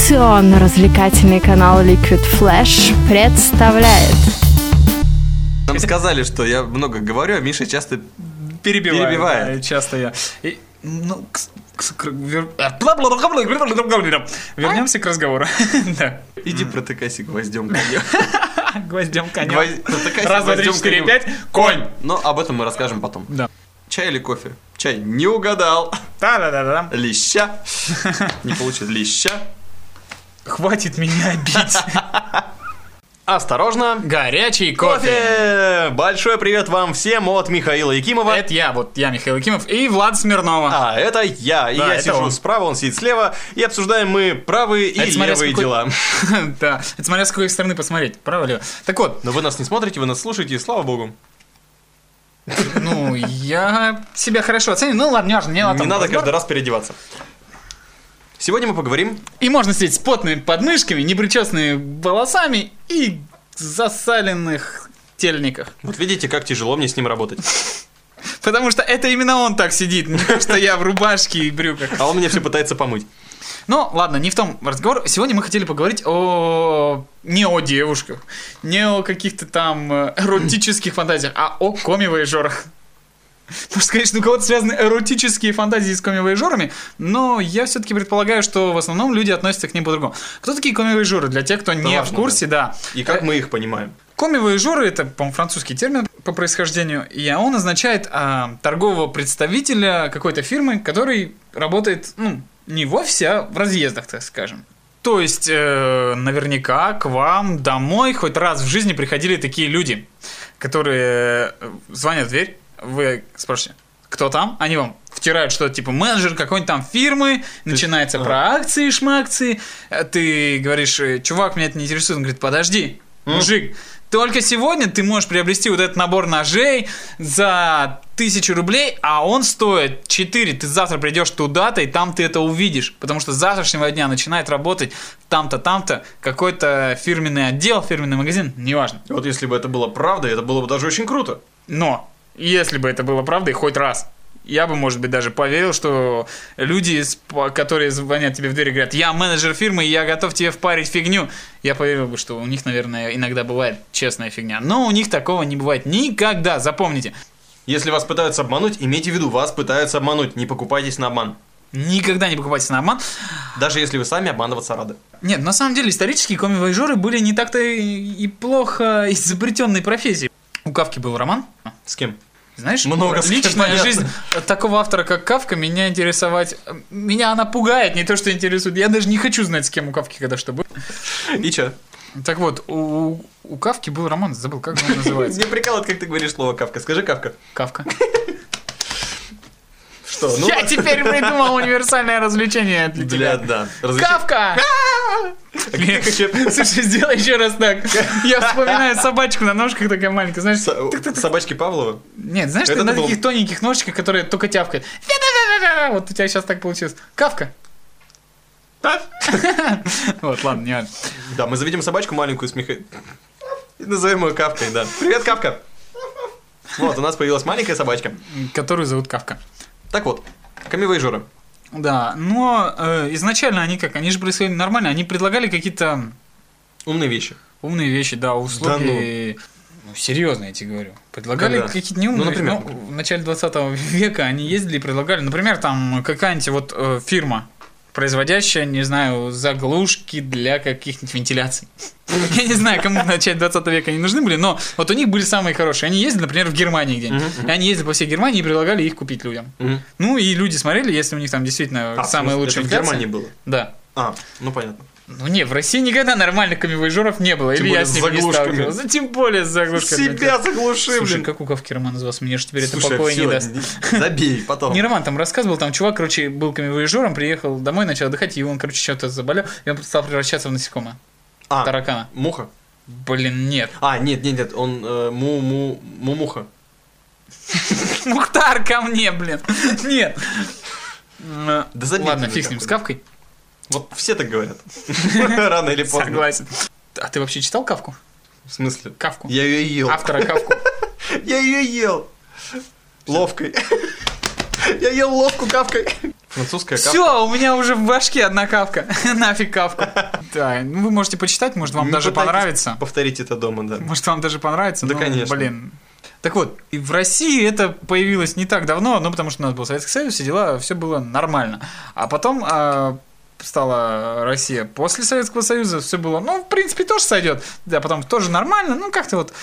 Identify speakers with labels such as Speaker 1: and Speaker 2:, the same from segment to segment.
Speaker 1: Информационно-развлекательный канал Liquid Flash представляет
Speaker 2: Нам сказали, что я много говорю, а Миша часто
Speaker 3: перебиваю.
Speaker 2: Перебивает.
Speaker 3: да, часто я. И, ну, к- к- к- вер- Вернемся к разговору. Да.
Speaker 2: Иди протыкайся гвоздем конем.
Speaker 3: Гвоздем коня.
Speaker 2: Гвозд- протыкайся
Speaker 3: Раз, два, три,
Speaker 2: гвоздем
Speaker 3: четыре,
Speaker 2: конем.
Speaker 3: пять. Конь!
Speaker 2: Но об этом мы расскажем потом.
Speaker 3: Да.
Speaker 2: Чай или кофе? Чай. Не угадал.
Speaker 3: Та-да-да-да.
Speaker 2: Леща. Не получится. Леща.
Speaker 3: Хватит меня бить.
Speaker 2: Осторожно.
Speaker 3: Горячий кофе.
Speaker 2: Кофе! Большой привет вам всем от Михаила Якимова.
Speaker 3: Это я, вот я, Михаил Якимов, и Влад Смирнова.
Speaker 2: А, это я. И
Speaker 3: Да,
Speaker 2: я
Speaker 3: это
Speaker 2: сижу
Speaker 3: он.
Speaker 2: справа, он сидит слева. И обсуждаем мы правые и
Speaker 3: Это смотря с
Speaker 2: левые
Speaker 3: какой-
Speaker 2: дела.
Speaker 3: Да, это смотря с какой стороны посмотреть, право лево. Так вот,
Speaker 2: Но вы нас не смотрите, вы нас слушаете, и слава богу.
Speaker 3: ну, я себя хорошо оценил, ну ладно, неважно, не
Speaker 2: Не надо каждый раз переодеваться. Сегодня мы поговорим
Speaker 3: И можно сидеть с потными подмышками, непричесанными волосами и засаленных тельниках.
Speaker 2: Вот видите, как тяжело мне с ним работать.
Speaker 3: Потому что это именно он так сидит, не то, что я в рубашке и брюках.
Speaker 2: А он меня все пытается помыть.
Speaker 3: Ну, ладно, не в том разговор. Сегодня мы хотели поговорить о... не о девушках, не о каких-то там э, эротических фантазиях, а о коми-вояжерах. Может, конечно, у кого-то связаны эротические фантазии с коми-вояжерами, но я все-таки предполагаю, что в основном люди относятся к ним по-другому. Кто такие коми-вояжеры? Для тех, кто не
Speaker 2: важно,
Speaker 3: в курсе, да.
Speaker 2: И как мы их понимаем?
Speaker 3: Коми-вояжеры это, по-моему, французский термин по происхождению, и он означает а, торгового представителя какой-то фирмы, который работает, ну, не в офисе, а в разъездах, так скажем. То есть, э, наверняка к вам домой хоть раз в жизни приходили такие люди, которые э, звонят в дверь, вы спрашиваете, кто там? Они вам втирают что-то типа менеджер какой-нибудь там фирмы, начинается про акции, шмакции, э, ты говоришь, э, чувак, меня это не интересует, он говорит, подожди, мужик, только сегодня ты можешь приобрести вот этот набор ножей за тысячу рублей, а он стоит 4. Ты завтра придешь туда-то, и там ты это увидишь. Потому что с завтрашнего дня начинает работать там-то, там-то какой-то фирменный отдел, фирменный магазин, неважно.
Speaker 2: Вот если бы это было правда, это было бы даже очень круто.
Speaker 3: Но, если бы это было правдой хоть раз, я бы, может быть, даже поверил, что люди, с- по- которые звонят тебе в дверь и говорят, я менеджер фирмы, я готов тебе впарить фигню, я поверил бы, что у них, наверное, иногда бывает честная фигня. Но у них такого не бывает никогда, запомните.
Speaker 2: Если вас пытаются обмануть, имейте в виду, вас пытаются обмануть. Не покупайтесь на обман.
Speaker 3: Никогда не покупайтесь на обман.
Speaker 2: Даже если вы сами обманываться рады.
Speaker 3: Нет, на самом деле исторические коми-вайжоры были не так-то и и плохо изобретенной профессией. У Кавки был роман,
Speaker 2: С кем?
Speaker 3: Знаешь,
Speaker 2: Много с кем
Speaker 3: личная
Speaker 2: понятно.
Speaker 3: жизнь такого автора, как Кавка, меня интересовать... Меня она пугает, не то, что интересует. Я даже не хочу знать, с кем у Кавки когда что было.
Speaker 2: И чё?
Speaker 3: Так вот, у, у Кавки был роман, забыл, как же он называется.
Speaker 2: Мне прикалывает, как ты говоришь слово «кавка». Скажи «кавка».
Speaker 3: Кавка.
Speaker 2: Что? Ну,
Speaker 3: Я теперь придумал универсальное развлечение для
Speaker 2: Бля,
Speaker 3: тебя.
Speaker 2: да. Развлечи-
Speaker 3: Кавка!
Speaker 2: как еще-
Speaker 3: Слушай, сделай еще раз так. Я вспоминаю собачку на ножках такая маленькая, знаешь?
Speaker 2: Со- Собачки Павлова?
Speaker 3: Нет, знаешь,
Speaker 2: Это
Speaker 3: ты на
Speaker 2: ты был-
Speaker 3: таких тоненьких ножичках, которые только тявкают. Вот у тебя сейчас так получилось. Кавка. Вот, ладно, не важно.
Speaker 2: Да, мы заведем собачку маленькую с Миха- И назовем ее Кавкой, да. Привет, Кавка! Вот, у нас появилась маленькая собачка.
Speaker 3: Которую зовут Кавка.
Speaker 2: Так вот, камевейжеры.
Speaker 3: Да, но э, изначально они как, они же происходили нормально, они предлагали какие-то
Speaker 2: Умные вещи.
Speaker 3: умные вещи, да, услуги. ну. серьезно, я тебе говорю. Предлагали
Speaker 2: Когда?
Speaker 3: какие-то неумные.
Speaker 2: Ну, например,
Speaker 3: вещи. Ну, в начале 20 века они ездили и предлагали. Например, там какая-нибудь вот э, фирма, производящая, не знаю, заглушки для каких-нибудь вентиляций. Я не знаю, кому в начале 20 века они нужны были, но вот у них были самые хорошие. Они ездили, например, в Германии где-нибудь. И они ездили по всей Германии и предлагали их купить людям.
Speaker 2: Мгм.
Speaker 3: Ну и люди смотрели, если у них там действительно
Speaker 2: А,
Speaker 3: самые
Speaker 2: в смысле, это
Speaker 3: лучшие
Speaker 2: в
Speaker 3: вентиляции.
Speaker 2: Германии было.
Speaker 3: Да.
Speaker 2: А, ну понятно.
Speaker 3: Ну не, в России никогда нормальных камевоежеров не было.
Speaker 2: Тем
Speaker 3: или
Speaker 2: более
Speaker 3: я
Speaker 2: с
Speaker 3: с ними не
Speaker 2: заглушками.
Speaker 3: сталкивался. Ну, Тем более с заглушками.
Speaker 2: заглуши,
Speaker 3: Слушай, как у Кавки Роман из вас, мне же теперь
Speaker 2: Слушай, а
Speaker 3: это покоя
Speaker 2: всё,
Speaker 3: не даст.
Speaker 2: не- Забей, потом. А,
Speaker 3: Не Роман там рассказывал, там чувак, короче, был камевоежером, приехал домой, начал отдыхать, и он, короче, что-то заболел, и он стал превращаться в насекомое,
Speaker 2: А,
Speaker 3: таракана.
Speaker 2: муха.
Speaker 3: Блин, нет.
Speaker 2: А, нет, нет, нет, он э, му му мумуха.
Speaker 3: Мухтар ко мне, блин. Нет. Да
Speaker 2: забей
Speaker 3: Ладно,
Speaker 2: ты
Speaker 3: фиг с ним,
Speaker 2: такой.
Speaker 3: с Кавкой.
Speaker 2: Вот все так говорят. Рано или поздно.
Speaker 3: Согласен. А ты вообще читал Кавку?
Speaker 2: В смысле?
Speaker 3: Кавку.
Speaker 2: Я ее ел.
Speaker 3: Автора Кавку.
Speaker 2: Я ее ел. Ловкой. Я ел ловку капкой. Французская капка.
Speaker 3: Все, у меня уже в башке одна кавка. Нафиг кавка. Да, ну вы можете почитать, может вам
Speaker 2: Не
Speaker 3: даже
Speaker 2: пытайтесь
Speaker 3: понравится.
Speaker 2: Повторить это дома, да.
Speaker 3: Может, вам даже понравится?
Speaker 2: Да,
Speaker 3: но,
Speaker 2: конечно.
Speaker 3: Блин. Так вот, и в России это появилось не так давно, ну, потому что у нас был Советский Союз, все дела, все было нормально. А потом а, стала Россия после Советского Союза, все было, ну, в принципе, тоже сойдет. Да, потом тоже нормально, ну, как-то вот.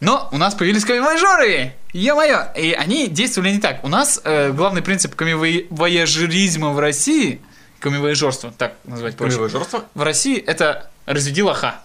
Speaker 3: Но у нас появились камевояжеры! Ё-моё! И они действовали не так. У нас э, главный принцип камевояжеризма в России, камевояжерство, так назвать проще,
Speaker 2: Кремовое жорство.
Speaker 3: в России это «разведи лоха».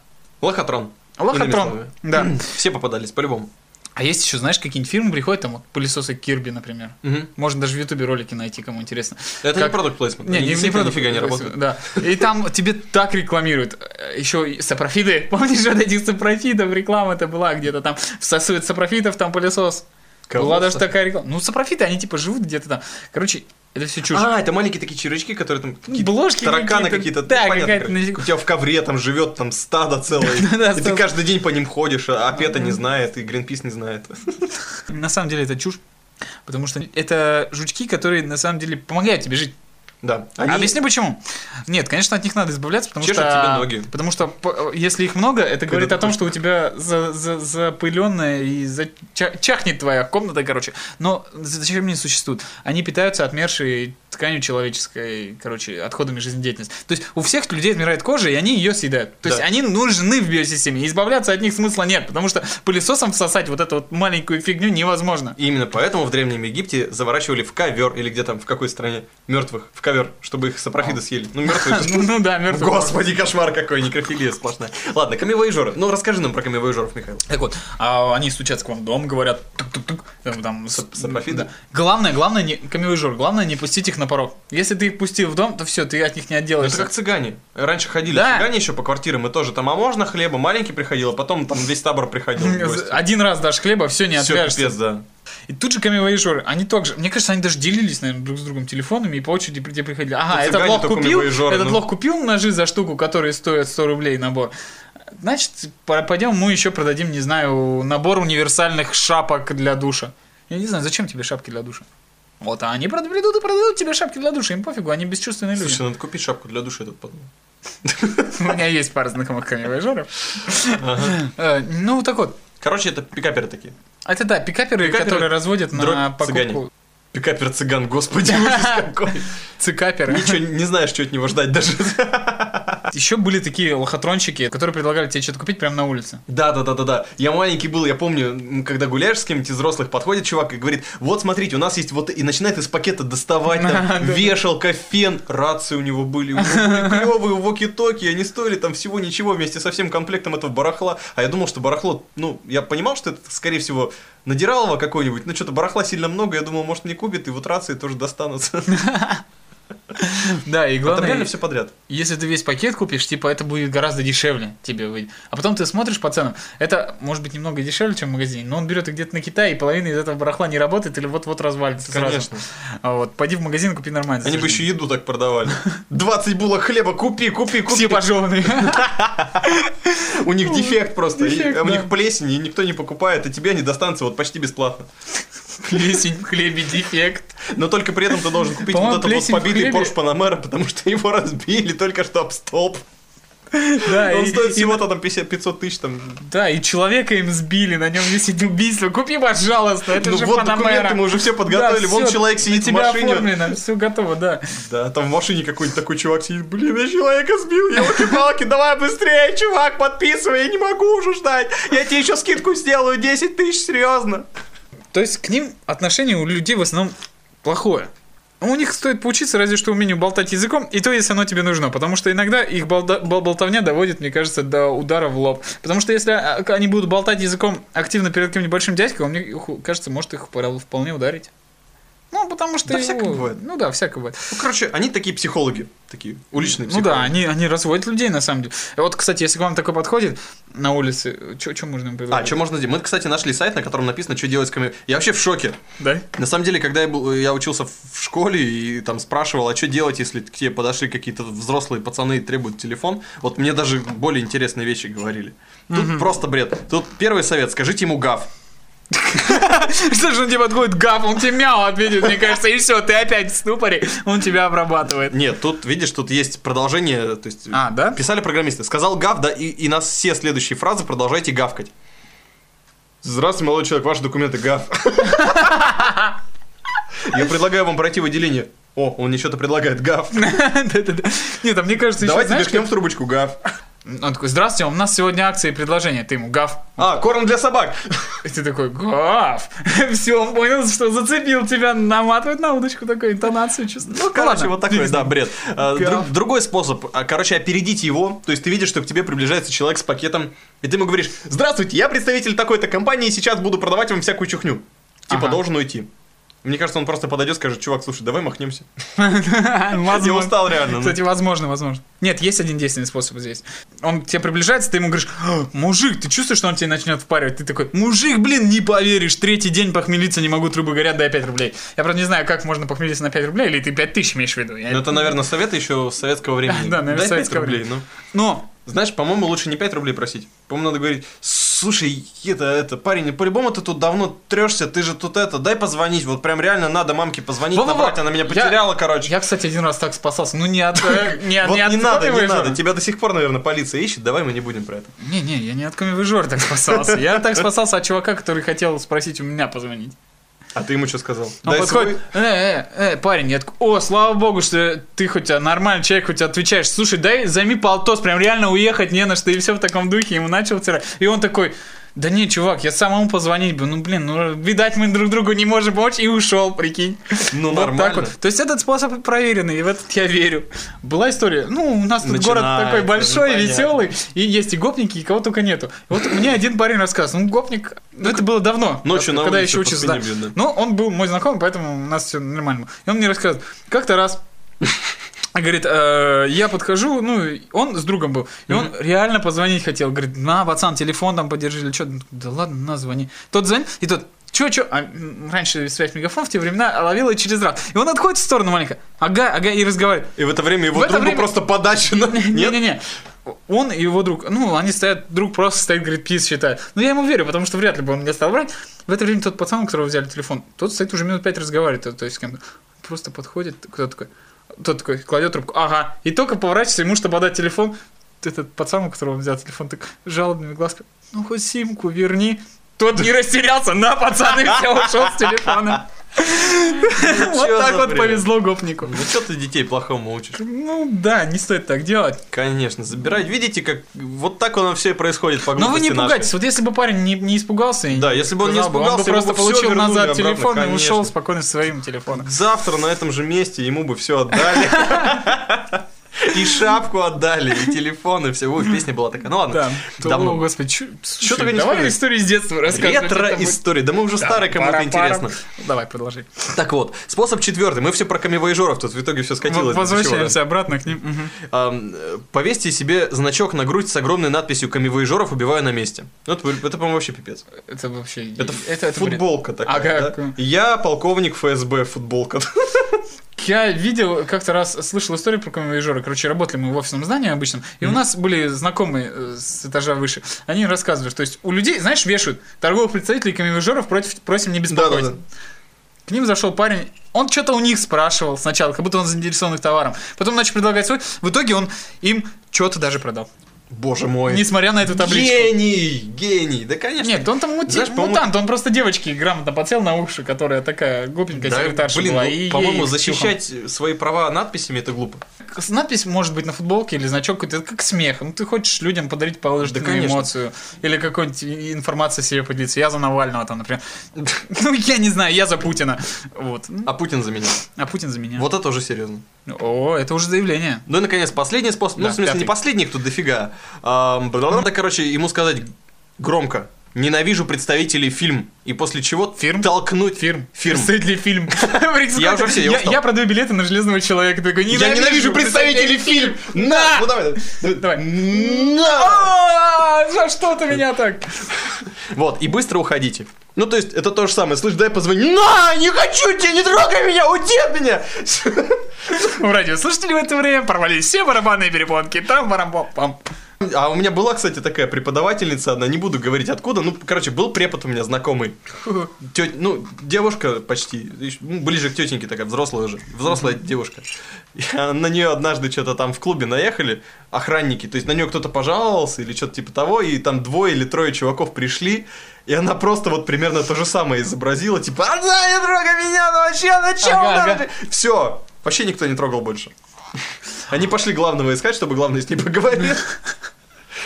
Speaker 2: Лохотрон. Иными
Speaker 3: Лохотрон.
Speaker 2: словами.
Speaker 3: Да.
Speaker 2: Все попадались, по-любому.
Speaker 3: А есть еще, знаешь, какие-нибудь фирмы приходят, там вот пылесосы Кирби, например.
Speaker 2: Мгм.
Speaker 3: Можно даже в Ютубе ролики найти, кому интересно.
Speaker 2: Это не
Speaker 3: Как-
Speaker 2: продукт плейсмент. Они действительно
Speaker 3: правда,
Speaker 2: нифига не работают.
Speaker 3: Да. И там тебе так рекламируют. Э, Еще и сапрофиты. Помнишь, от этих сапрофитов реклама-то была где-то там. Всасывает сапрофитов, там пылесос.
Speaker 2: Кого
Speaker 3: Была даже
Speaker 2: всасывает?
Speaker 3: такая реклама. Ну, сапрофиты, они типа живут где-то там. Короче, это все чушь.
Speaker 2: А, это маленькие такие червячки, которые там какие-то
Speaker 3: Бложки
Speaker 2: тараканы
Speaker 3: какие-то.
Speaker 2: какие-то.
Speaker 3: Да,
Speaker 2: ну, понятно,
Speaker 3: какая-то
Speaker 2: короче.
Speaker 3: нафиг-
Speaker 2: У тебя в ковре там живет там стадо целое.
Speaker 3: Да,
Speaker 2: И ты
Speaker 3: стадо.
Speaker 2: каждый день по ним ходишь, а Пета не знает, и Гринпис не знает. А.
Speaker 3: На самом деле это чушь. Потому что это жучки, которые на самом деле помогают тебе жить.
Speaker 2: Да.
Speaker 3: Объясни почему. Нет, конечно, от них надо избавляться, потому
Speaker 2: Чешут
Speaker 3: что...
Speaker 2: тебе ноги.
Speaker 3: Потому что п- если их много, это говорит
Speaker 2: ты
Speaker 3: о том,
Speaker 2: тоже-
Speaker 3: что у тебя за, за- запыленная и за- ча- чахнет твоя комната, короче. Но зачем они существуют? Они питаются отмершей тканью человеческой, короче, отходами жизнедеятельности. То есть у всех людей отмирает кожа, и они ее съедают. То есть
Speaker 2: Да.
Speaker 3: они нужны в биосистеме, и избавляться от них смысла нет, потому что пылесосом всосать вот эту вот маленькую фигню невозможно.
Speaker 2: И именно поэтому в Древнем Египте заворачивали в ковер, или где там, в какой стране, мертвых, в ковер, чтобы их сапрофиты съели. Ну, мертвые же.
Speaker 3: А. Ну да, мертвый.
Speaker 2: Господи, кошмар какой, некрофилия сплошная. Ладно, камевоежоры. Ну, расскажи нам про камевоежоров, Михаил.
Speaker 3: Так вот, а они стучатся к вам в дом, говорят тук-тук-тук, там, там, с-
Speaker 2: сапрофиты?
Speaker 3: да. Главное, главное, не, камевоежор, главное не пустить их на порог. Если ты их пустил в дом, то все, ты от них не
Speaker 2: Ну, Это
Speaker 3: отделаешься.
Speaker 2: как цыгане. Раньше ходили
Speaker 3: Да.
Speaker 2: цыгане еще по квартирам, и тоже там, а можно хлеба? Маленький приходил, а потом там весь табор приходил. в гости.
Speaker 3: Один раз дашь хлеба, все, не
Speaker 2: Ну, Всё,
Speaker 3: отвяжешься.
Speaker 2: пипец, да.
Speaker 3: И тут же камевоежоры, они также, мне кажется, они даже делились, наверное, друг с другом телефонами и по очереди при- тебе приходили. Ага,
Speaker 2: Да
Speaker 3: этот
Speaker 2: цыгане
Speaker 3: лох
Speaker 2: только
Speaker 3: купил,
Speaker 2: камевоежоры,
Speaker 3: этот
Speaker 2: ну.
Speaker 3: лох купил ножи за штуку, которые стоят 100 рублей набор. Значит, пойдем мы еще продадим, не знаю, набор универсальных шапок для душа. Я не знаю, зачем тебе шапки для душа? Вот, а они прод- придут и продадут тебе шапки для душа, им пофигу, они бесчувственные люди.
Speaker 2: Слушай, ну, надо купить шапку для души тут подумал.
Speaker 3: У меня есть пара знакомых камевоежоров. Э, Ну, так вот,
Speaker 2: Короче, это пикаперы такие.
Speaker 3: это да, пикаперы,
Speaker 2: Пикаперы,
Speaker 3: которые разводят на
Speaker 2: дробь, цыгане.
Speaker 3: покупку.
Speaker 2: Пикапер цыган, господи, ужас какой.
Speaker 3: Цикаперы.
Speaker 2: Ничего, не знаешь, что от него ждать даже.
Speaker 3: Еще были такие лохотронщики, которые предлагали тебе что-то купить прямо на улице.
Speaker 2: Да, да, да, да, да. Я маленький был, я помню, м, когда гуляешь с кем-нибудь из взрослых, подходит чувак и говорит, вот смотрите, у нас есть вот и начинает из пакета доставать
Speaker 3: Да,
Speaker 2: там
Speaker 3: да.
Speaker 2: вешалка, фен, рации у него были, у него были клевые воки-токи, они стоили там всего ничего вместе со всем комплектом этого барахла. А я думал, что барахло, ну, я понимал, что это, скорее всего, надиралово какое-нибудь, но что-то барахла сильно много, я думал, может, мне купит, и вот рации тоже достанутся.
Speaker 3: Да, и
Speaker 2: Там
Speaker 3: главное,
Speaker 2: реально все подряд.
Speaker 3: если ты весь пакет купишь, типа это будет гораздо дешевле тебе выйдет. А потом ты смотришь по ценам, это может быть немного дешевле, чем в магазине, но он берет их где-то на Китае, и половина из этого барахла не работает или вот-вот развалится сразу.
Speaker 2: Конечно.
Speaker 3: А Вот, пойди в магазин, купи нормально.
Speaker 2: Они бы еще еду так продавали. 20 булок хлеба, купи, купи, купи.
Speaker 3: все пожеванные.
Speaker 2: У них дефект просто. и-
Speaker 3: Дефект,
Speaker 2: а У
Speaker 3: да.
Speaker 2: них плесень, и никто не покупает, и тебе они достанутся вот почти бесплатно.
Speaker 3: Плесень, в хлебе, дефект.
Speaker 2: Но только при этом ты должен купить
Speaker 3: По-моему,
Speaker 2: вот этот вот
Speaker 3: плесень в
Speaker 2: побитый
Speaker 3: хлебе-
Speaker 2: Porsche Panamera, потому что его разбили только что об столб.
Speaker 3: Да,
Speaker 2: Он
Speaker 3: и-
Speaker 2: стоит
Speaker 3: и-
Speaker 2: всего-то там 50 500 тысяч там.
Speaker 3: Да, и человека им сбили, на нем висит убийство. Купи, пожалуйста, это
Speaker 2: ну
Speaker 3: же
Speaker 2: вот
Speaker 3: Панамера.
Speaker 2: документы мы уже все подготовили,
Speaker 3: Да,
Speaker 2: вон
Speaker 3: всё,
Speaker 2: человек
Speaker 3: на
Speaker 2: сидит в
Speaker 3: тебя
Speaker 2: машине.
Speaker 3: оформлено, все готово, да.
Speaker 2: Да, там в машине какой-нибудь такой чувак сидит, блин, я человека сбил, елки-палки, давай быстрее, чувак, подписывай, я не могу уже ждать, я тебе еще скидку сделаю, 10 тысяч, серьезно.
Speaker 3: То есть к ним отношение у людей в основном плохое. А У них стоит поучиться разве что умению болтать языком, и то, если оно тебе нужно, потому что иногда их болда- бол- болтовня доводит, мне кажется, до удара в лоб. Потому что если а, они будут болтать языком активно перед каким-нибудь большим дядькой, он, мне ху- кажется, может их пора- вполне ударить. Ну, потому что...
Speaker 2: Да всякое бывает.
Speaker 3: Ну да, всякое бывает.
Speaker 2: Ну, короче, они такие психологи, такие уличные
Speaker 3: Ну
Speaker 2: психологи.
Speaker 3: да, они, они разводят людей, на самом деле. Вот, кстати, если к вам такой подходит на улице, что можно им
Speaker 2: А,
Speaker 3: предложить?
Speaker 2: что можно делать? Мы, кстати, нашли сайт, на котором написано, что делать с камео. Я вообще в шоке.
Speaker 3: Да?
Speaker 2: На самом деле, когда я, был, я учился в школе и там спрашивал, а что делать, если к тебе подошли какие-то взрослые пацаны и требуют телефон, вот мне даже более интересные вещи говорили. Тут просто бред. Тут первый совет, скажите ему гав.
Speaker 3: Что же он тебе подходит, гав, он тебе мяу ответит, мне кажется, и все, ты опять в ступоре, он тебя обрабатывает.
Speaker 2: Нет, тут, видишь, тут есть продолжение, то есть
Speaker 3: А, да?
Speaker 2: писали программисты. Сказал гав, да, и, и на все следующие фразы продолжайте гавкать. Здравствуйте, молодой человек, ваши документы гав. Я предлагаю вам пройти в отделение. О, он мне что-то предлагает, гав.
Speaker 3: Да-да-да. Нет, а мне кажется, еще,
Speaker 2: Давайте
Speaker 3: Ну, знаешь,
Speaker 2: бешкнем в трубочку, гав.
Speaker 3: как- он такой, здравствуйте, у нас сегодня акция и предложение, ты ему гав.
Speaker 2: А, корм для собак.
Speaker 3: И ты такой, гав. Все, он понял, что зацепил тебя, наматывает на удочку такой интонацию, честно.
Speaker 2: Ну, короче, вот такой, да, бред. А,
Speaker 3: Гав.
Speaker 2: друг- Другой способ. а, Короче, опередить его. То есть ты видишь, что к тебе приближается человек с пакетом, и ты ему говоришь, здравствуйте, я представитель такой-то компании, сейчас буду продавать вам всякую чухню. Типа
Speaker 3: Ага.
Speaker 2: должен уйти. Мне кажется, он просто подойдет, скажет, чувак, слушай, давай махнемся. Я
Speaker 3: Возможно.
Speaker 2: устал реально. ну.
Speaker 3: Кстати, возможно, возможно. Нет, есть один действенный способ здесь. Он к тебе приближается, ты ему говоришь, «А, мужик, ты чувствуешь, что он тебе начнет впаривать? Ты такой, мужик, блин, не поверишь, третий день похмелиться не могу, трубы горят, дай 5 рублей. Я, правда, не знаю, как можно похмелиться на 5 рублей, или ты 5 тысяч имеешь в виду. Я-
Speaker 2: Ну, это, наверное, совет еще с советского времени.
Speaker 3: Да, наверное,
Speaker 2: Дай пять
Speaker 3: советского
Speaker 2: рублей.
Speaker 3: времени.
Speaker 2: ну.
Speaker 3: Но,
Speaker 2: Знаешь, по-моему, лучше не 5 рублей просить. По-моему, надо говорить, слушай, это, это, парень, ну, по-любому ты тут давно трешься, ты же тут это, дай позвонить, вот прям реально надо мамке позвонить,
Speaker 3: Во-во-во.
Speaker 2: набрать, она меня
Speaker 3: Я-
Speaker 2: потеряла, короче.
Speaker 3: я, кстати, один раз так спасался. Ну, не от... э, Не от-
Speaker 2: вот
Speaker 3: не
Speaker 2: не, надо, не
Speaker 3: от Камевой
Speaker 2: надо, типа.
Speaker 3: Жоры.
Speaker 2: тебя до сих пор, наверное, полиция ищет, давай мы не будем про это.
Speaker 3: Не-не, я не от камевой так спасался. Я так спасался от чувака, который хотел спросить у меня позвонить.
Speaker 2: А ты ему что сказал?
Speaker 3: Он
Speaker 2: Дай
Speaker 3: подходит,
Speaker 2: свой.
Speaker 3: э, э, э, парень, я такой, о, слава богу, что ты хоть а, нормальный человек, хоть отвечаешь, слушай, дай, займи полтос, прям реально уехать не на что, и все в таком духе, ему начал втирать. И он такой, да не, чувак, я самому позвонить бы, ну блин, ну видать мы друг другу не можем помочь, и ушел, прикинь.
Speaker 2: Ну,
Speaker 3: Вот
Speaker 2: нормально.
Speaker 3: так вот. То есть этот способ проверенный, и в этот я верю. Была история. Ну, у нас тут город
Speaker 2: Начинается,
Speaker 3: такой большой,
Speaker 2: ну, понятно.
Speaker 3: веселый, и есть и гопники, и кого только нету. Вот мне один парень рассказывал, ну, гопник, ну, это было давно,
Speaker 2: Ночью на
Speaker 3: когда я
Speaker 2: улице
Speaker 3: еще
Speaker 2: по
Speaker 3: учился, да.
Speaker 2: спине видно.
Speaker 3: Но он был мой знакомый, поэтому у нас все нормально. было. И он мне рассказывает, как-то раз Говорит, «Э, я подхожу, ну, и он с другом был, и он реально позвонить хотел. Говорит, на, пацан, телефон там подержи или что. Да ладно, на, звони. Тот звонит, и тот, чё, чё? А, м, раньше связь мегафон в те времена ловила через раз. И он отходит в сторону маленько, ага, ага, и разговаривает.
Speaker 2: И в это время его
Speaker 3: В это
Speaker 2: другу
Speaker 3: время-
Speaker 2: просто подачено. Нет?
Speaker 3: Не-не-не. Ну, Он и его друг, ну, они стоят, друг просто стоит, говорит, пис считает. Но я ему верю, потому что вряд ли бы он меня стал брать. В это время тот пацан, у которого взяли телефон, тот стоит уже минут пять разговаривает, то- то есть с кем-то. Просто подходит, кто такой, тот такой, кладет трубку, ага, и только поворачивается ему, чтобы отдать телефон. Этот пацан, у которого он взял телефон, так жалобными глазками, ну, хоть симку верни. Тот не растерялся, на, пацан, и все, ушел с телефона. Вот
Speaker 2: Ну, чё
Speaker 3: так
Speaker 2: за
Speaker 3: вот
Speaker 2: бред?
Speaker 3: повезло гопнику.
Speaker 2: Ну что ты детей плохому учишь?
Speaker 3: Ну да, не стоит так делать.
Speaker 2: Конечно, забирать. Видите, как вот так оно все и происходит по
Speaker 3: Но Ну, вы не
Speaker 2: глупости нашей.
Speaker 3: пугайтесь, вот если бы парень не, не испугался, и
Speaker 2: Да, если бы он не
Speaker 3: сказал бы,
Speaker 2: испугался,
Speaker 3: он бы просто
Speaker 2: ему бы всё
Speaker 3: получил
Speaker 2: вернули
Speaker 3: назад
Speaker 2: обратно,
Speaker 3: телефон и
Speaker 2: конечно.
Speaker 3: ушел спокойно со своим телефоном.
Speaker 2: Завтра на этом же месте ему бы все отдали. И шапку отдали, и телефон, и все. Ой, песня была такая. Ну
Speaker 3: Да.
Speaker 2: ладно,
Speaker 3: О,
Speaker 2: давно.
Speaker 3: господи, чё- слушай,
Speaker 2: Чё только не
Speaker 3: давай
Speaker 2: вспомнишь?
Speaker 3: истории с детства рассказывать. это будет-
Speaker 2: Ретро-история. Да мы уже
Speaker 3: Да,
Speaker 2: старые, кому это
Speaker 3: пара-пара.
Speaker 2: интересно.
Speaker 3: Давай, продолжи.
Speaker 2: Так вот, способ четвертый. Мы все про камевоежоров тут в итоге все скатилось. до чего, да.
Speaker 3: Возвращаемся обратно к ним. Мгм.
Speaker 2: Ам, э, Повесьте себе значок на грудь с огромной надписью «Камевоежоров убиваю на месте». Ну, Это, это по-моему, вообще пипец.
Speaker 3: Это вообще...
Speaker 2: Это,
Speaker 3: это бред.
Speaker 2: футболка такая.
Speaker 3: А как?
Speaker 2: да? Я полковник ФСБ, футболка.
Speaker 3: Я видел, как-то раз слышал историю про камевоежора. Короче, работали мы в офисном здании обычном, и у нас были знакомые э, с этажа выше. Они рассказывали, что есть у людей, знаешь, вешают торговых представителей камевоежоров против просим не беспокоить.
Speaker 2: Да-да-да.
Speaker 3: К ним зашел парень, он что-то у них спрашивал сначала, как будто он заинтересован их товаром. Потом начал предлагать свой, в итоге он им что-то даже продал.
Speaker 2: Боже мой.
Speaker 3: Несмотря на эту табличку.
Speaker 2: Гений, гений. Да, конечно.
Speaker 3: Нет, он там мути-
Speaker 2: Знаешь, по-моему-
Speaker 3: мутант, он просто девочки грамотно подсел на уши, которая такая гопенькая
Speaker 2: Да,
Speaker 3: секретарша
Speaker 2: блин,
Speaker 3: была.
Speaker 2: ну,
Speaker 3: и ей
Speaker 2: по-моему,
Speaker 3: их
Speaker 2: защищать свои права надписями это глупо.
Speaker 3: С- Надпись может быть на футболке или значок какой-то, это как смех. Ну, ты хочешь людям подарить положительную
Speaker 2: Да, конечно.
Speaker 3: эмоцию или какую-нибудь и- информацию себе поделиться. Я за Навального там, например. Ну, я не знаю, я за Путина. Вот. Ну,
Speaker 2: А Путин за меня.
Speaker 3: А Путин за меня.
Speaker 2: Вот это уже серьезно.
Speaker 3: О, это уже заявление.
Speaker 2: Ну и наконец, последний способ. Ну,
Speaker 3: Да,
Speaker 2: в смысле,
Speaker 3: пятый.
Speaker 2: не последний, кто дофига. Ам, бла-бла-бла. Надо, короче, ему сказать громко. Ненавижу представителей фильм. И после чего
Speaker 3: Фирм?
Speaker 2: толкнуть
Speaker 3: Фирм.
Speaker 2: Фирм.
Speaker 3: Стоит ли фильм?
Speaker 2: Я уже все, я устал.
Speaker 3: Я продаю билеты на Железного Человека. Ты такой,
Speaker 2: Я ненавижу представителей фильм! На! Ну давай, давай.
Speaker 3: Давай.
Speaker 2: На!
Speaker 3: А, За что ты меня так?
Speaker 2: Вот, и быстро уходите. Ну, то есть, это то же самое. Слышь, дай позвони. На! Не хочу тебя! Не трогай меня! Уйди от меня!
Speaker 3: В радио слышали в это время, порвались все барабанные перепонки. Там барабан пам
Speaker 2: А у меня была, кстати, такая преподавательница одна, не буду говорить откуда, ну, короче, был препод у меня знакомый. Тё- ну, девушка почти, ещё, ну, ближе к тетеньке такая, взрослая уже, взрослая девушка. И на нее однажды что-то там в клубе наехали, охранники, то есть на нее кто-то пожаловался или что-то типа того, и там двое или трое чуваков пришли, и она просто вот примерно то же самое изобразила, типа, «А, да, не трогай меня, ну вообще, ну чё
Speaker 3: Ага, ага.
Speaker 2: Все, вообще никто не трогал больше. Они пошли главного искать, чтобы главный с ней поговорил.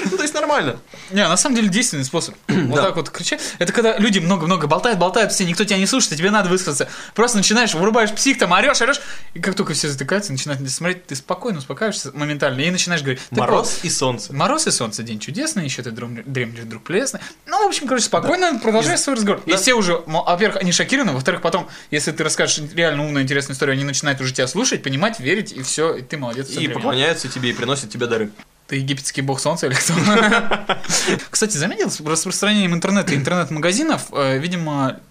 Speaker 2: Ну, то есть нормально.
Speaker 3: Не, на самом деле действенный способ. Вот
Speaker 2: Да.
Speaker 3: так вот кричать. Это когда люди много-много болтают, болтают, все, никто тебя не слушает, и тебе надо высказаться. Просто начинаешь, вырубаешь псих, там орешь, орешь, и как только все затыкаются, начинают на тебя смотреть, ты спокойно успокаиваешься моментально и начинаешь говорить. «Ты
Speaker 2: Мороз и солнце.
Speaker 3: прав. Мороз и солнце, день чудесный, еще ты дрем- дремлешь, друг прелестный. Ну, в общем, короче, спокойно продолжай свой разговор. И
Speaker 2: Да.
Speaker 3: все уже, мо- во-первых, они шокированы, во-вторых, потом, если ты расскажешь реально умную, интересную историю, они начинают уже тебя слушать, понимать, верить, и все, и ты молодец. всё
Speaker 2: И
Speaker 3: принял.
Speaker 2: поклоняются тебе и приносят тебе дары.
Speaker 3: Ты египетский бог солнца или кто? Кстати, заметил с распространением интернета и интернет-магазинов, э, видимо,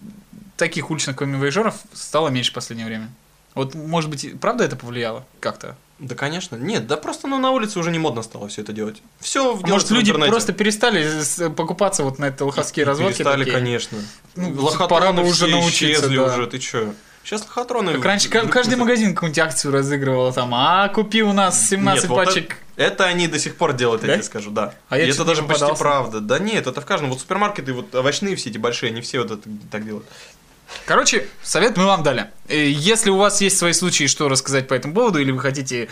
Speaker 3: таких уличных комивояжеров стало меньше в последнее время. Вот, может быть, и правда это повлияло как-то?
Speaker 2: Да, конечно. Нет, да просто ну, на улице уже не модно стало все это делать. Все в
Speaker 3: А Может, люди просто перестали с- покупаться вот на это лоховские разводки?
Speaker 2: Перестали,
Speaker 3: такие?
Speaker 2: конечно.
Speaker 3: Ну, пора
Speaker 2: Лохотроны
Speaker 3: бы уже
Speaker 2: уже
Speaker 3: научиться,
Speaker 2: исчезли
Speaker 3: да.
Speaker 2: уже, ты чё? Сейчас лохотроны...
Speaker 3: Как Ну, раньше ка- каждый магазин какую-нибудь акцию разыгрывал, там, а, купи у нас 17
Speaker 2: Нет, вот
Speaker 3: пачек.
Speaker 2: Это они до сих пор делают,
Speaker 3: Да?
Speaker 2: я тебе скажу, да.
Speaker 3: А я
Speaker 2: И
Speaker 3: чуть
Speaker 2: это
Speaker 3: не
Speaker 2: даже почти
Speaker 3: попадался.
Speaker 2: правда. Да нет, это в каждом. Вот супермаркеты, вот овощные все эти большие, они все вот это так делают.
Speaker 3: Короче, совет мы вам дали. Э, Если у вас есть свои случаи, что рассказать по этому поводу, или вы хотите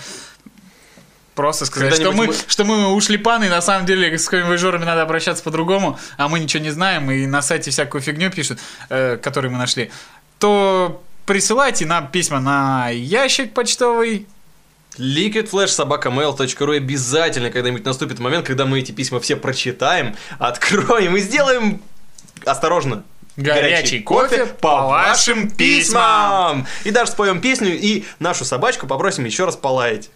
Speaker 3: просто сказать, что мы,
Speaker 2: Когда-нибудь
Speaker 3: что мы ушли паны, на самом деле с жорами надо обращаться по-другому, а мы ничего не знаем, и на сайте всякую фигню пишут, э, которую мы нашли, то присылайте нам письма на ящик почтовый.
Speaker 2: liquidflashsobakamail.ru Обязательно когда-нибудь наступит момент, когда мы эти письма все прочитаем, откроем и сделаем осторожно.
Speaker 3: Горячий кофе по вашим письмам.
Speaker 2: И даже споем песню и нашу собачку попросим еще раз полаять.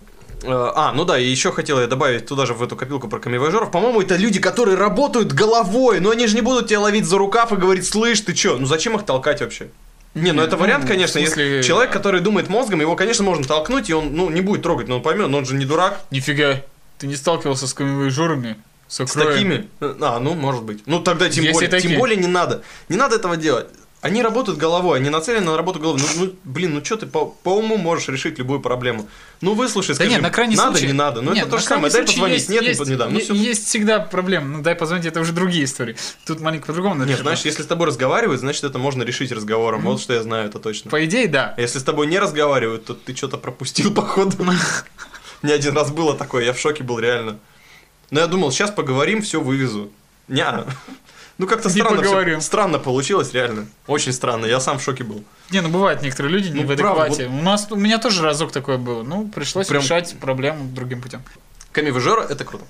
Speaker 2: Э, А, ну да, и еще хотел я добавить туда же в эту копилку про камевояжеров. По-моему, это люди, которые работают головой, но они же не будут тебя ловить за рукав и говорить, слышь, ты че? Ну зачем их толкать вообще? Не, ну это
Speaker 3: Ну,
Speaker 2: вариант,
Speaker 3: в
Speaker 2: конечно,
Speaker 3: смысле-
Speaker 2: если человек, который думает мозгом, его, конечно, можно толкнуть, и он, ну, не будет трогать, но он поймет, но он же не дурак.
Speaker 3: Нифига, ты не сталкивался с жорами? С,
Speaker 2: С
Speaker 3: окроем?
Speaker 2: такими? А, ну, может быть. Ну, тогда тем
Speaker 3: Есть и
Speaker 2: более.
Speaker 3: такие.
Speaker 2: Тем более не надо. Не надо этого делать. Они работают головой, они нацелены на работу головой. Ну, ну, блин, ну что ты по, по уму можешь решить любую проблему? Ну, выслушай,
Speaker 3: Да
Speaker 2: скажи,
Speaker 3: нет, на крайний
Speaker 2: надо,
Speaker 3: случай...
Speaker 2: не надо. Ну,
Speaker 3: Нет,
Speaker 2: это то
Speaker 3: на
Speaker 2: же самое.
Speaker 3: крайний
Speaker 2: Дай
Speaker 3: случай
Speaker 2: позвонить,
Speaker 3: есть-
Speaker 2: нет,
Speaker 3: есть,
Speaker 2: не, не дам. Ну,
Speaker 3: е-
Speaker 2: всё.
Speaker 3: Есть всегда проблема. Ну, дай позвонить, это уже другие истории. Тут маленько по-другому
Speaker 2: Нет,
Speaker 3: написано.
Speaker 2: знаешь, если с тобой разговаривают, значит, это можно решить разговором. Вот что я знаю, это точно.
Speaker 3: По идее, да.
Speaker 2: А Если с тобой не разговаривают, то ты что-то пропустил, походу. Не один раз было такое, я в шоке был, реально. Но я думал, сейчас поговорим, все вывезу. Ня. Ну как-то
Speaker 3: Не
Speaker 2: странно. всё-
Speaker 3: поговорим.
Speaker 2: Странно получилось, реально. Очень странно. Я сам в шоке был.
Speaker 3: Не, ну бывают некоторые люди не
Speaker 2: Ну,
Speaker 3: в
Speaker 2: правда,
Speaker 3: адеквате. У нас у меня тоже разок такое было. Ну, пришлось
Speaker 2: Прям-
Speaker 3: решать проблему другим путем.
Speaker 2: Камивежера это круто.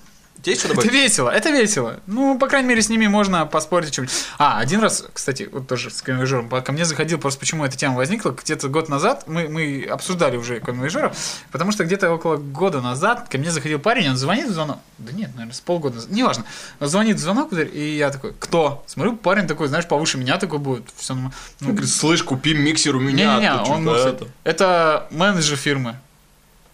Speaker 2: Тебе что
Speaker 3: Это
Speaker 2: добавить?
Speaker 3: весело, это весело. Ну, по крайней мере, с ними можно поспорить о чем-нибудь. А, один раз, кстати, вот тоже с конвейжером ко мне заходил, просто почему эта тема возникла. Где-то год назад мы, мы обсуждали уже конвейжеров, потому что где-то около года назад ко мне заходил парень, он звонит в звонок. Да нет, наверное, с полгода назад, неважно. Звонит в звонок, и я такой, кто? Смотрю, парень такой, знаешь, повыше меня такой будет. Все, ну,
Speaker 2: Он говорит, слышь, купи миксер у меня.
Speaker 3: не-не-не,
Speaker 2: а то
Speaker 3: он
Speaker 2: чё-то
Speaker 3: мог сказать,
Speaker 2: это».
Speaker 3: Это менеджер фирмы.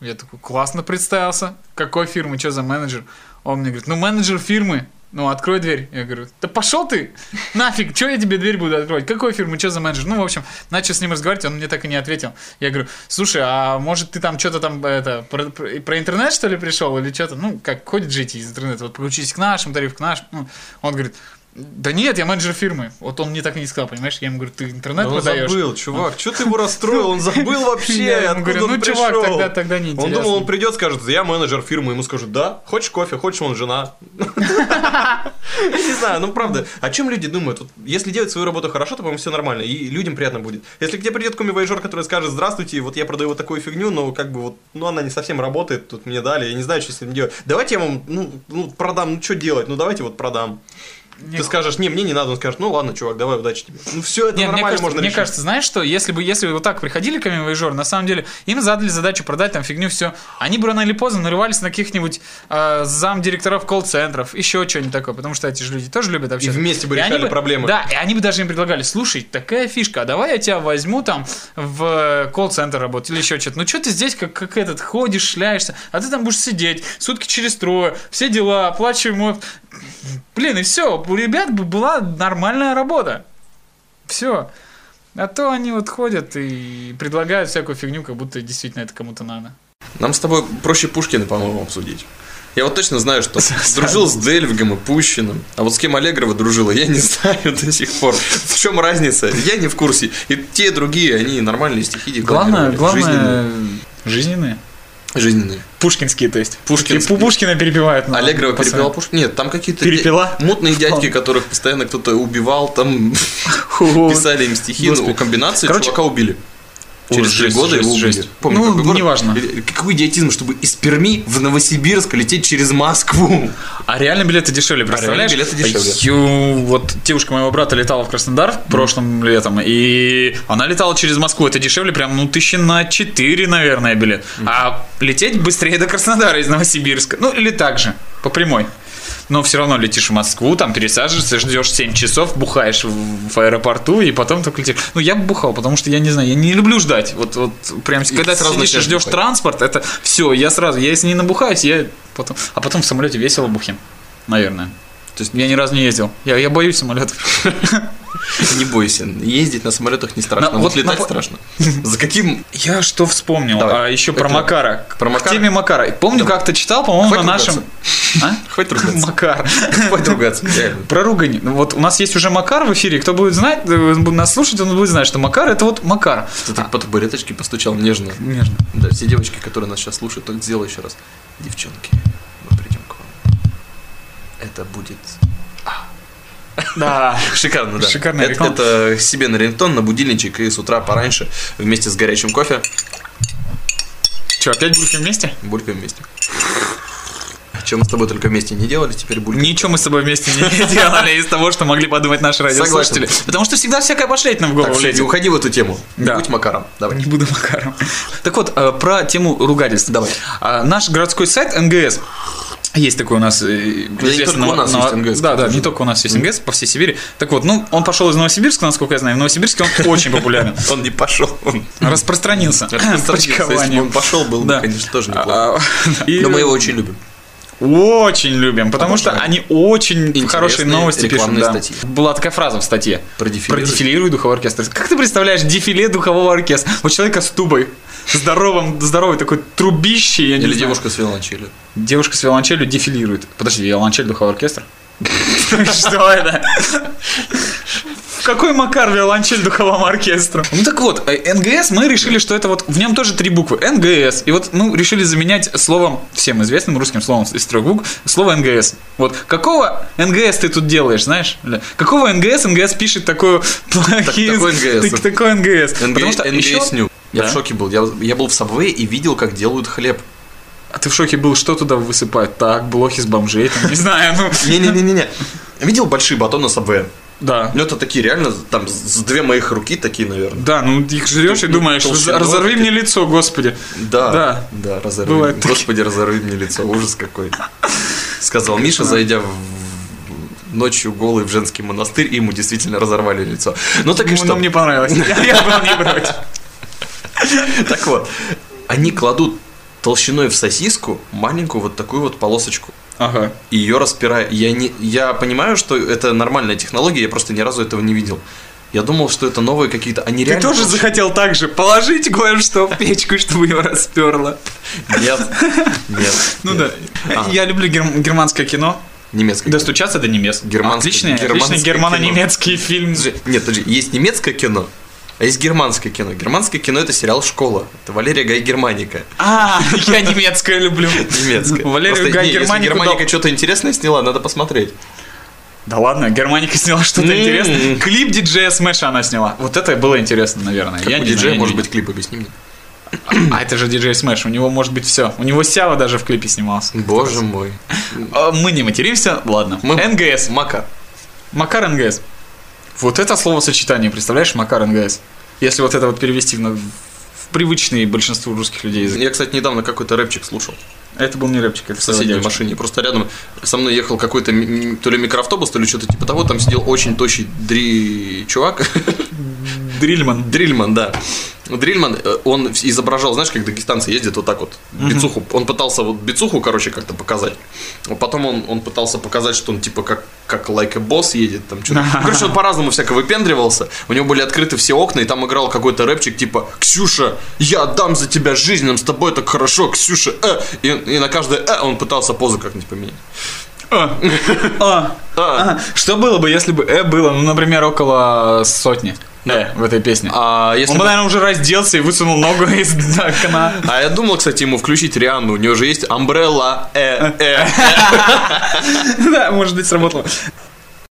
Speaker 3: Я такой, классно представился. Какой фирмы, что за менеджер? Он мне говорит, ну менеджер фирмы. Ну, открой дверь. Я говорю, да пошел ты! Нафиг, что я тебе дверь буду открывать? Какой фирмы, что за менеджер? Ну, в общем, начал с ним разговаривать, он мне так и не ответил. Я говорю, слушай, а может ты там что-то там, это, про, про- про интернет, что ли, пришел? Или что-то, ну, как ходит жить из интернета, вот подключись к нашим, тариф к нашим. Ну, он говорит, да нет, я менеджер фирмы. Вот он мне так и не сказал, понимаешь? Я ему говорю, ты интернет
Speaker 2: Да Он
Speaker 3: продаешь?
Speaker 2: забыл, чувак, что ты его расстроил? Он забыл вообще,
Speaker 3: Я ему
Speaker 2: откуда
Speaker 3: говорю,
Speaker 2: он
Speaker 3: ну, чувак,
Speaker 2: пришёл?»
Speaker 3: тогда, тогда не
Speaker 2: Он думал, он придет, скажет, я менеджер фирмы, ему скажут, да, хочешь кофе, хочешь он жена. Я не знаю, ну правда, о чем люди думают? Вот Если делать свою работу хорошо, то, по-моему, все нормально, и людям приятно будет. Если к тебе придет комивайжер, который скажет, здравствуйте, вот я продаю вот такую фигню, но как бы вот, ну она не совсем работает, тут мне дали, я не знаю, что с этим делать. Давайте я вам, ну, ну, продам, ну что делать, ну давайте вот продам.
Speaker 4: Ты скажешь, не, мне не надо, он скажет, ну ладно, чувак, давай, удачи тебе. Ну все это
Speaker 3: Не, мне
Speaker 4: нормально
Speaker 3: кажется,
Speaker 4: можно
Speaker 3: мне
Speaker 4: решить.
Speaker 3: кажется, знаешь что, если бы если бы вот так приходили камевоежоры, на самом деле им задали задачу продать там фигню все, они бы рано или поздно нарывались на каких-нибудь э, замдиректоров колл-центров, еще что-нибудь такое, потому что эти же люди тоже любят общаться.
Speaker 4: вместе бы
Speaker 3: И они
Speaker 4: решали проблемы.
Speaker 3: Да, и они бы даже им предлагали, слушай, такая фишка, а давай я тебя возьму там в э, колл-центр работать или еще что-то. Ну что ты здесь как, как этот ходишь, шляешься, а ты там будешь сидеть сутки через трое, все дела, оплачиваемые. Блин, и все, у ребят бы была нормальная работа. Все. А то они вот ходят и предлагают всякую фигню, как будто действительно это кому-то надо.
Speaker 2: Нам с тобой проще Пушкина, по-моему, обсудить. Я вот точно знаю, что дружил с Дельвигом и Пущиным, а вот с кем Аллегрова дружила, я не знаю до сих пор. В чем разница? Я не в курсе. И те, и другие, они нормальные стихи
Speaker 3: Главное,
Speaker 2: декламировали,
Speaker 3: главное...
Speaker 2: жизненные.
Speaker 3: Жизненные.
Speaker 2: Жизненные.
Speaker 3: Пушкинские, то есть.
Speaker 2: Пушкинские.
Speaker 3: Пу- Пушкина перепевают. ну,
Speaker 2: Аллегрова
Speaker 3: пацаны.
Speaker 2: перепела Пушкина? Нет, там какие-то
Speaker 3: Перепела?
Speaker 2: де- мутные дядьки, которых постоянно кто-то убивал, там
Speaker 3: Ху-ху.
Speaker 2: писали им стихи,
Speaker 3: Господи.
Speaker 2: ну, комбинации
Speaker 3: Короче,
Speaker 2: чувака убили.
Speaker 3: Ой,
Speaker 2: Через три
Speaker 3: жесть,
Speaker 2: года
Speaker 3: жесть,
Speaker 2: его убили.
Speaker 3: жесть.
Speaker 2: Помню,
Speaker 3: Ну,
Speaker 2: какой город?
Speaker 3: неважно.
Speaker 2: Э, Какой идиотизм, чтобы из Перми в Новосибирск лететь через Москву.
Speaker 3: А реально билеты дешевле, представляешь?
Speaker 2: реально билеты дешевле.
Speaker 3: Ю, вот девушка моего брата летала в Краснодар прошлым летом, и она летала через Москву. Это дешевле прям, ну, тысячи на четыре, наверное, билет. А лететь быстрее до Краснодара из Новосибирска. Ну, или так же, по прямой. Но все равно летишь в Москву, там пересаживаешься, ждешь 7 часов, бухаешь в, в аэропорту и потом только летишь. Ну, я бы бухал, потому что я не знаю, я не люблю ждать. Вот, вот прям, когда ты
Speaker 2: сразу
Speaker 3: сидишь и
Speaker 2: начинаешь
Speaker 3: ждешь
Speaker 2: бухать.
Speaker 3: транспорт, это все, я сразу, я если не набухаюсь, я потом... А потом в самолете весело бухим, наверное. То есть я ни разу не ездил. Я, я боюсь самолетов.
Speaker 2: Не бойся, ездить на самолетах не страшно,
Speaker 3: На-
Speaker 2: а вот
Speaker 3: вот на
Speaker 2: летать
Speaker 3: по-
Speaker 2: страшно. За каким...
Speaker 3: Я что вспомнил?
Speaker 2: Давай.
Speaker 3: А еще про
Speaker 2: Это-
Speaker 3: Макара.
Speaker 2: Про
Speaker 3: К
Speaker 2: Макара?
Speaker 3: теме Макара. Помню,
Speaker 2: Давай.
Speaker 3: как-то читал, по-моему, на
Speaker 2: Хватит
Speaker 3: нашем... А?
Speaker 2: Хватит ругаться.
Speaker 3: Макар.
Speaker 2: Хватит ругаться. реально.
Speaker 3: Про ругань. Ну, Вот у нас есть уже Макар в эфире. Кто будет знать, э, нас слушать, он будет знать, что Макар это вот Макар.
Speaker 2: Ты так по табуреточке постучал нежно.
Speaker 3: Нежно.
Speaker 2: Да, все девочки, которые нас сейчас слушают, только сделай еще раз. Девчонки, мы придем к вам. Это будет... А.
Speaker 3: Да.
Speaker 2: Шикарно, да.
Speaker 3: Шикарная
Speaker 2: это,
Speaker 3: реклама.
Speaker 2: это себе на рингтон, на будильничек и с утра пораньше вместе с горячим кофе
Speaker 3: Че, опять будем вместе?
Speaker 2: булькаем вместе. Чем мы с тобой только вместе не делали, теперь булькаем.
Speaker 3: Ничего мы с тобой вместе не делали из того, что могли подумать наши радиослушатели.
Speaker 2: Согласен.
Speaker 3: Потому что всегда всякая пошлетина
Speaker 2: Так,
Speaker 3: в голову
Speaker 2: всё, не
Speaker 3: лезет.
Speaker 2: уходи в эту тему.
Speaker 3: Да.
Speaker 2: Будь макаром. Давай.
Speaker 3: Не буду макаром. Так вот, э, про тему ругательств.
Speaker 2: Давай.
Speaker 3: А, Наш городской сайт НГС. Есть такой у нас э,
Speaker 2: Да не
Speaker 3: известный
Speaker 2: только у нас
Speaker 3: но-
Speaker 2: есть НГС,
Speaker 3: Да, да,
Speaker 2: кстати.
Speaker 3: не только у нас есть НГС по всей Сибири. Так вот, ну, он пошел из Новосибирска, насколько я знаю. В Новосибирске он очень популярен.
Speaker 2: Он не пошел. Он
Speaker 3: Распространился.
Speaker 2: распространился. Если бы он
Speaker 3: Почкованием.
Speaker 2: пошел, был бы,
Speaker 3: Да.
Speaker 2: конечно, тоже неплохо.
Speaker 3: А, и-
Speaker 2: Но мы его очень любим.
Speaker 3: Очень любим, потому что
Speaker 2: Обожаю.
Speaker 3: они очень
Speaker 2: Интересные
Speaker 3: хорошие новости пишут.
Speaker 2: рекламные
Speaker 3: да.
Speaker 2: статьи.
Speaker 3: Была такая фраза в статье.
Speaker 2: Продефилируй.
Speaker 3: Продефилируй духовой оркестр. Как ты представляешь дефиле духового оркестра? Вот человека с тубой, здоровым, здоровый такой трубищий. я не
Speaker 2: Или
Speaker 3: знаю.
Speaker 2: девушка с виолончелью.
Speaker 3: Девушка с виолончелью дефилирует. Подожди, виолончель духовой оркестр? Что это? Какой Макар виолончель духовому оркестру? Ну так вот, э, НГС мы решили, что это вот в нем тоже три буквы. НГС. И вот мы решили заменять словом, всем известным русским словом из трех букв, слово НГС. Вот какого НГС ты тут делаешь, знаешь? Ля, Какого НГС НГС пишет такую плохие...
Speaker 2: такой НГС.
Speaker 3: так- Такой НГС. Потому что еще...
Speaker 2: НГСню. Я
Speaker 3: Да.
Speaker 2: в шоке был. Я, я был в Сабвее и видел, как делают хлеб.
Speaker 3: А ты в шоке был, что туда высыпают? Так, блохи с бомжей, там, не знаю, ну...
Speaker 2: Не-не-не-не. Видел большие батоны Сабвея?
Speaker 3: Да.
Speaker 2: Ну, это такие реально, там, с с две моих руки такие, наверное.
Speaker 3: Да, ну их жрешь и
Speaker 2: Ну,
Speaker 3: думаешь, «Раз-
Speaker 2: толщиной
Speaker 3: разорви
Speaker 2: таких.
Speaker 3: мне лицо, господи.
Speaker 2: Да.
Speaker 3: Да.
Speaker 2: Да, разорви.
Speaker 3: Бывает такие.
Speaker 2: Господи, разорви мне лицо. Ужас какой. Сказал Миша, зайдя в ночью голый в женский монастырь, и ему действительно разорвали лицо. Ну, так и
Speaker 3: Ну,
Speaker 2: что?
Speaker 3: ну, мне понравилось. Я я был не против.
Speaker 2: Так вот, они кладут толщиной в сосиску маленькую вот такую вот полосочку.
Speaker 3: Ага.
Speaker 2: и ее распираю. Я, не, я понимаю, что это нормальная технология, я просто ни разу этого не видел. Я думал, что это новые какие-то. Они
Speaker 3: Ты
Speaker 2: реально.
Speaker 3: тоже захотел так же положить кое-что в печку, чтобы ее расперло.
Speaker 2: Нет. Нет.
Speaker 3: Ну да.
Speaker 2: нет. А.
Speaker 3: Я люблю герм- германское кино.
Speaker 2: Немецкое.
Speaker 3: Достучаться до немец.
Speaker 2: Германское-
Speaker 3: Отличный,
Speaker 2: германское
Speaker 3: отличный
Speaker 2: кино.
Speaker 3: германо-немецкий фильм.
Speaker 2: Подожди, Нет, подожди, есть немецкое кино, а есть германское кино. Германское кино это сериал Школа. Это Валерия Гай Германика.
Speaker 3: А, я немецкое люблю.
Speaker 2: Немецкое.
Speaker 3: Ну, Валерию
Speaker 2: Просто,
Speaker 3: Гай
Speaker 2: не, если
Speaker 3: Германику
Speaker 2: Германика
Speaker 3: дал-
Speaker 2: что-то интересное сняла, надо посмотреть.
Speaker 3: Да ладно, Германика сняла что-то
Speaker 2: М-м.
Speaker 3: интересное. Клип диджея Смэша она сняла. Вот это было интересно, наверное.
Speaker 2: Как
Speaker 3: Я
Speaker 2: у
Speaker 3: не
Speaker 2: диджея
Speaker 3: знаю, я не
Speaker 2: может
Speaker 3: видел.
Speaker 2: быть клип, объясни мне.
Speaker 3: А это же диджей Смэш, у него может быть все. У него Сява даже в клипе снимался.
Speaker 2: Боже мой.
Speaker 3: А, Мы не материмся, ладно.
Speaker 2: Мы-
Speaker 3: НГС.
Speaker 2: Мака.
Speaker 3: Макар НГС. Вот это словосочетание, представляешь, Макар НГС. Если вот это вот перевести в, в привычный большинству русских людей язык.
Speaker 2: Я, кстати, недавно какой-то рэпчик слушал
Speaker 3: Это был не рэпчик, это
Speaker 2: в соседней
Speaker 3: девочка.
Speaker 2: машине. Просто рядом со мной ехал какой-то ми- ми- то ли микроавтобус, то ли что-то типа того. Там сидел очень тощий дри... чувак.
Speaker 3: Дрильман.
Speaker 2: Дрильман, да. Дрильман, э, он вс- изображал, знаешь, как дагестанцы ездят вот так вот, бицуху. Он пытался вот бицуху, короче, как-то показать. А Потом он, он пытался показать, что он типа как, как лайк босс едет. Там, что Короче, он по-разному всяко выпендривался. У него были открыты все окна, и там играл какой-то рэпчик типа «Ксюша, я отдам за тебя жизнь, нам с тобой так хорошо, Ксюша, э!» И, и на каждое «э» он пытался позу как-нибудь поменять.
Speaker 3: А. А.
Speaker 2: А,
Speaker 3: А. Что было бы, если бы «э» было, ну, например, около сотни «э» в этой песне?
Speaker 2: а если
Speaker 3: Он бы,
Speaker 2: бы-
Speaker 3: наверное, уже разделся и высунул ногу из окна.
Speaker 2: А я думал, кстати, ему включить Рианну, у нее же есть «Амбрелла, э, э».
Speaker 3: Да, может быть, сработало.